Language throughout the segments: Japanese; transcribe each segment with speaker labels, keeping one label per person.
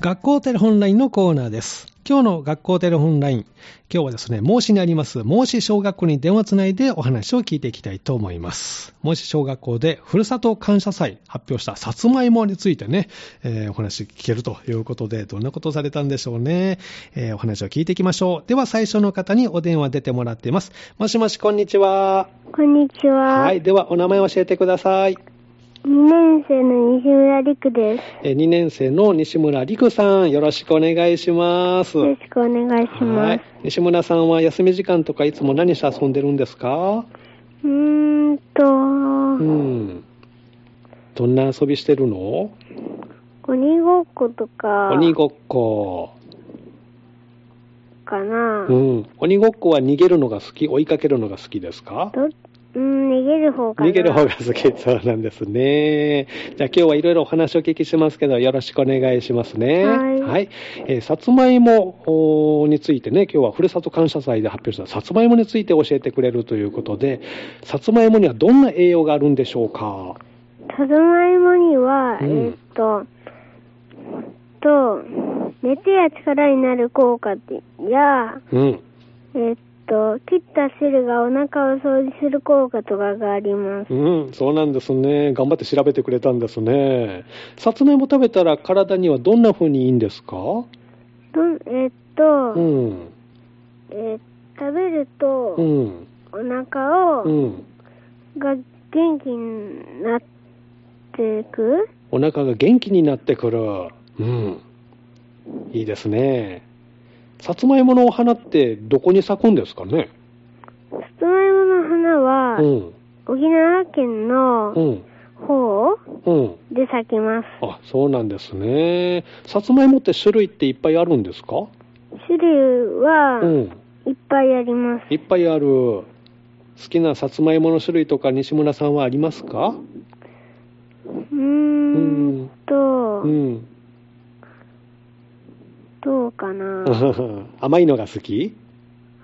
Speaker 1: 学校テレホンラインのコーナーです。今日の学校テレホンライン、今日はですね、孟子にあります、孟子小学校に電話つないでお話を聞いていきたいと思います。孟子小学校でふるさと感謝祭発表したさつまいもについてね、えーお話聞けるということで、どんなことをされたんでしょうね。えーお話を聞いていきましょう。では最初の方にお電話出てもらっています。もしもし、こんにちは。
Speaker 2: こんにちは。
Speaker 1: はい、ではお名前を教えてください。
Speaker 2: 2年生の西村陸です。
Speaker 1: えー2年生の西村陸さん、よろしくお願いします。
Speaker 2: よろしくお願いし
Speaker 1: は
Speaker 2: ます
Speaker 1: い。西村さんは休み時間とかいつも何して遊んでるんですか
Speaker 2: うーんと、
Speaker 1: うん。どんな遊びしてるの
Speaker 2: 鬼ごっことか、
Speaker 1: 鬼ごっこ。
Speaker 2: か
Speaker 1: う
Speaker 2: な。
Speaker 1: ん。鬼ごっこは逃げるのが好き追いかけるのが好きですか
Speaker 2: どうん、逃げる方かな。
Speaker 1: 逃げる方が好き。そうなんですね。じゃあ今日はいろいろお話をお聞きしますけど、よろしくお願いしますね。
Speaker 2: はい
Speaker 1: えーさつまいもおーについてね、今日はふるさと感謝祭で発表したさつまいもについて教えてくれるということで、さつまいもにはどんな栄養があるんでしょうか
Speaker 2: さつまいもには、
Speaker 1: うん
Speaker 2: えーっと、と、熱や力になる効果ってや、
Speaker 1: うん。
Speaker 2: えーっと、切った汁がお腹を掃除する効果とかがあります。
Speaker 1: うん、そうなんですね。頑張って調べてくれたんですね。さつまいも食べたら体にはどんな風にいいんですか
Speaker 2: どんえーっと、
Speaker 1: うん。
Speaker 2: えー食べると、
Speaker 1: うん。
Speaker 2: お腹を、
Speaker 1: うん。
Speaker 2: が元気になっていく
Speaker 1: お腹が元気になってくる。うん。いいですね。さつまいものお花ってどこに咲くんですかね
Speaker 2: さつまいもの花は、
Speaker 1: うん。
Speaker 2: 沖縄県
Speaker 1: う
Speaker 2: の
Speaker 1: ん。
Speaker 2: 方
Speaker 1: うん。
Speaker 2: で咲きます。
Speaker 1: あ、そうなんですね。さつまいもって種類っていっぱいあるんですか
Speaker 2: 種類は、
Speaker 1: うん。
Speaker 2: いっぱいあります。
Speaker 1: いっぱいある。好きなさつまいもの種類とか西村さんはありますか
Speaker 2: うーんと、
Speaker 1: うん。
Speaker 2: どうかな。
Speaker 1: 甘いのが好き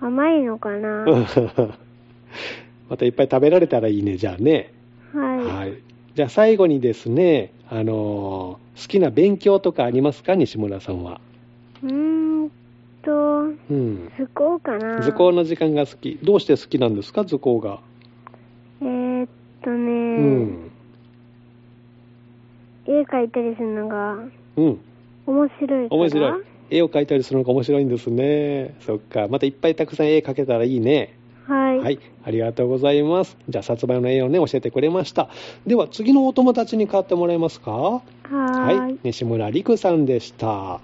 Speaker 2: 甘いのかな。は
Speaker 1: またいっぱい食べられたらいいね、じゃあね。
Speaker 2: い。
Speaker 1: じゃあ最後にですね、あのー好きな勉強とかありますか、西村さんは。
Speaker 2: うーんと、
Speaker 1: うん。
Speaker 2: 図工かな。
Speaker 1: 図工の時間が好き。どうして好きなんですか、図工が。
Speaker 2: えーっとね、
Speaker 1: うん。
Speaker 2: 絵描いたりするのが
Speaker 1: うん。
Speaker 2: 面白いから。
Speaker 1: 面白い。絵を描いたりするのが面白いんですね。そっか。またいっぱいたくさん絵描けたらいいね。
Speaker 2: はい。
Speaker 1: はい、ありがとうございます。じゃあ、さつまいもの栄養をね、教えてくれました。では、次のお友達に代わってもらえますかは
Speaker 2: はーい
Speaker 1: 西村陸さんでした。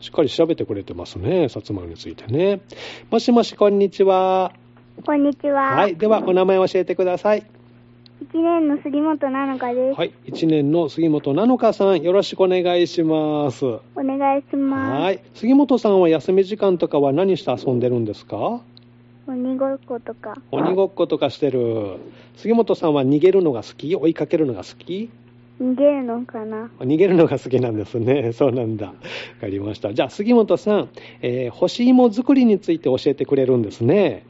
Speaker 1: しっかり調べてくれてますね、さつまいもについてね。もしもし、こんにちは。
Speaker 2: こんにちは。
Speaker 1: はい、では、お名前を教えてください。
Speaker 2: 1年の杉本なのかです。
Speaker 1: はい、1年の杉本なのかさん、よろしくお願いします。
Speaker 2: お願いします。
Speaker 1: はい、杉本さんは休み時間とかは何して遊んでるんですか
Speaker 2: 鬼ごっことか、
Speaker 1: 鬼ごっことかしてる。杉本さんは逃げるのが好き追いかけるのが好き
Speaker 2: 逃げるのかな。
Speaker 1: 逃げるのが好きなんですね。 そうなんだ。わかりました。じゃあ、杉本さん、えー干し芋作りについて教えてくれるんですね。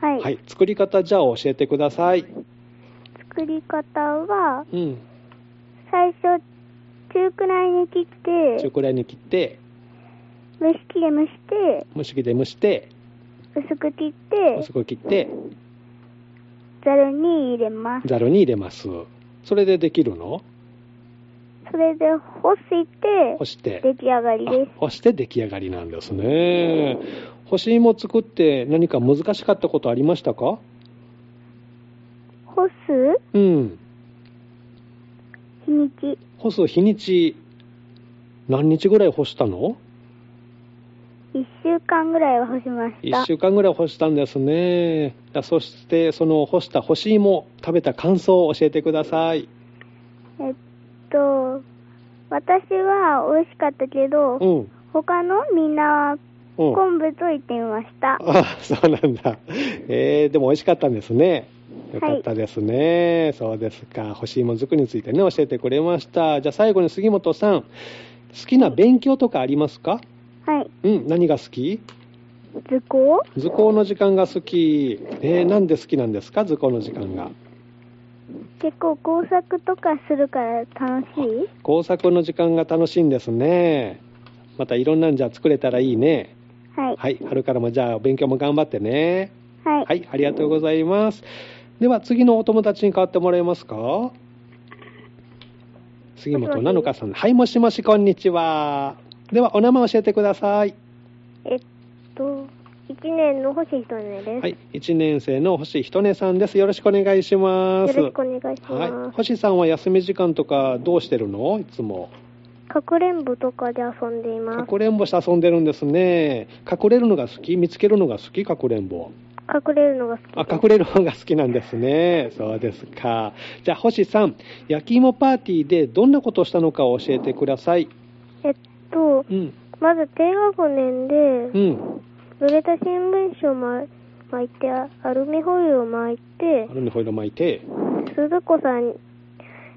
Speaker 2: はい。
Speaker 1: 作り方、じゃあ教えてください。
Speaker 2: 作り方は、
Speaker 1: うん。
Speaker 2: 最初、中くらいに切って
Speaker 1: 中、くらいに切って、
Speaker 2: 蒸し器で蒸して、
Speaker 1: 蒸し器で蒸して、
Speaker 2: 薄く切って
Speaker 1: 薄、く切って、
Speaker 2: ざるに入れます。
Speaker 1: ざるに入れます。それでできるの
Speaker 2: それで干して、
Speaker 1: 干して。
Speaker 2: 出来上がりです
Speaker 1: あ。干して出来上がりなんですね。干し芋作って何か難しかったことありましたか
Speaker 2: 干す
Speaker 1: うん。
Speaker 2: 日にち、
Speaker 1: 干す日にち、何日ぐらい干したの
Speaker 2: 1週間ぐらいは干しまし
Speaker 1: 1
Speaker 2: た。
Speaker 1: 週間ぐらい干したんですねあそしてその干した干し芋食べた感想を教えてください
Speaker 2: えっと、私は美味しかったけど、
Speaker 1: うん
Speaker 2: 他のみんなは
Speaker 1: うん
Speaker 2: 昆布と言ってみました。
Speaker 1: あそうなんだえー、でも美味しかったんですねよかったですね、そうですか干し芋作りについてね教えてくれましたじゃあ最後に杉本さん好きな勉強とかありますか
Speaker 2: はい。
Speaker 1: うん何が好き
Speaker 2: 図工
Speaker 1: 図工の時間が好きえー、なんで好きなんですか図工の時間が
Speaker 2: 結構工作とかするから楽しい
Speaker 1: 工作の時間が楽しいんですね。またいろんなんじゃ作れたらいいね。
Speaker 2: はい。
Speaker 1: はい、春からもじゃあ勉強も頑張ってね。
Speaker 2: はい。
Speaker 1: はい、ありがとうございます。では次のお友達に代わってもらえますか杉本なのかさん。はい、もしもし、こんにちは。では、お名前教えてください。
Speaker 2: えっと、1年の星ひとねです。
Speaker 1: はい、1年生の星ひとねさんです。よろしくお願いしま
Speaker 2: よろ
Speaker 1: す。
Speaker 2: しくお願いし
Speaker 1: はい、
Speaker 2: ます。
Speaker 1: 星さんは休み時間とかどうしてるのいつも。
Speaker 2: かくれんぼとかで遊んでいま
Speaker 1: か
Speaker 2: す。
Speaker 1: くれんぼして遊んでるんですね。隠れるのが好き見つけるのが好きかくれんぼ。
Speaker 2: 隠れるのが好きです。
Speaker 1: あ、隠れる方が好きなんですね。そうですか。じゃあ、星さん、焼き芋パーティーでどんなことをしたのかを教えてください。
Speaker 2: えっと、
Speaker 1: うん。
Speaker 2: まず低学年で、
Speaker 1: うん。
Speaker 2: 濡れた新聞紙をま巻いて、アルミホイルを巻いて
Speaker 1: ア、ルミホイル巻いて。
Speaker 2: 鈴子さん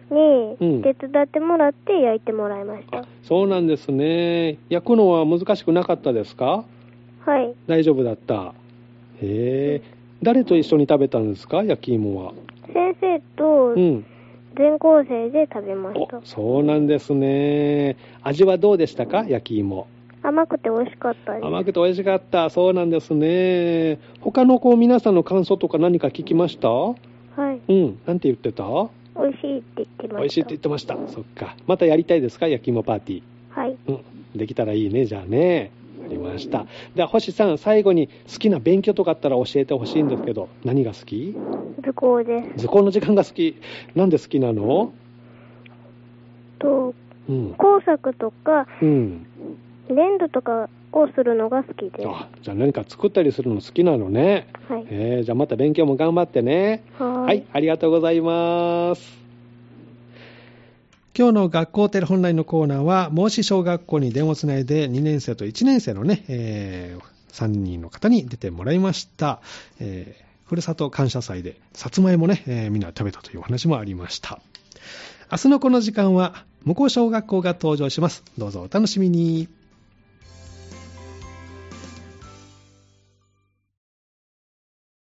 Speaker 1: うん
Speaker 2: に手伝ってもらって焼いてもらいました。
Speaker 1: あ、そうなんですね。焼くのは難しくなかったですか
Speaker 2: はい。
Speaker 1: 大丈夫だった。へえ。誰と一緒に食べたんですか焼き芋は。
Speaker 2: 先生と
Speaker 1: うん。
Speaker 2: 全校生で食べました
Speaker 1: お、。そうなんですね。味はどうでしたか焼き芋。
Speaker 2: 甘くて美味しかったです。
Speaker 1: 甘くて美味しかった。そうなんですね。他のこう皆さんの感想とか何か聞きました
Speaker 2: はい。
Speaker 1: うん。なんて言ってた
Speaker 2: 美味しいって言ってました。
Speaker 1: 美味しいって言ってました。そっか。またやりたいですか焼き芋パーティー。
Speaker 2: はい。
Speaker 1: うん。できたらいいね。じゃあね。ありました。では、星さん、最後に好きな勉強とかあったら教えてほしいんですけど、何が好き
Speaker 2: 図工です。
Speaker 1: 図工の時間が好き。なんで好きなの
Speaker 2: と、
Speaker 1: うん。
Speaker 2: 工作とか、
Speaker 1: うん。
Speaker 2: 粘土とかをするのが好きです。は
Speaker 1: あ、じゃあ何か作ったりするの好きなのね。
Speaker 2: い。
Speaker 1: えー、じゃあまた勉強も頑張ってね。
Speaker 2: は
Speaker 1: はい、ありがとうございます。今日の学校テレホンラインのコーナーは、もし小学校に電話をつないで2年生と1年生のね、え3人の方に出てもらいました。えーふるさと感謝祭で、さつまいもね、えーみんな食べたというお話もありました。明日のこの時間は、向こう小学校が登場します。どうぞお楽しみに。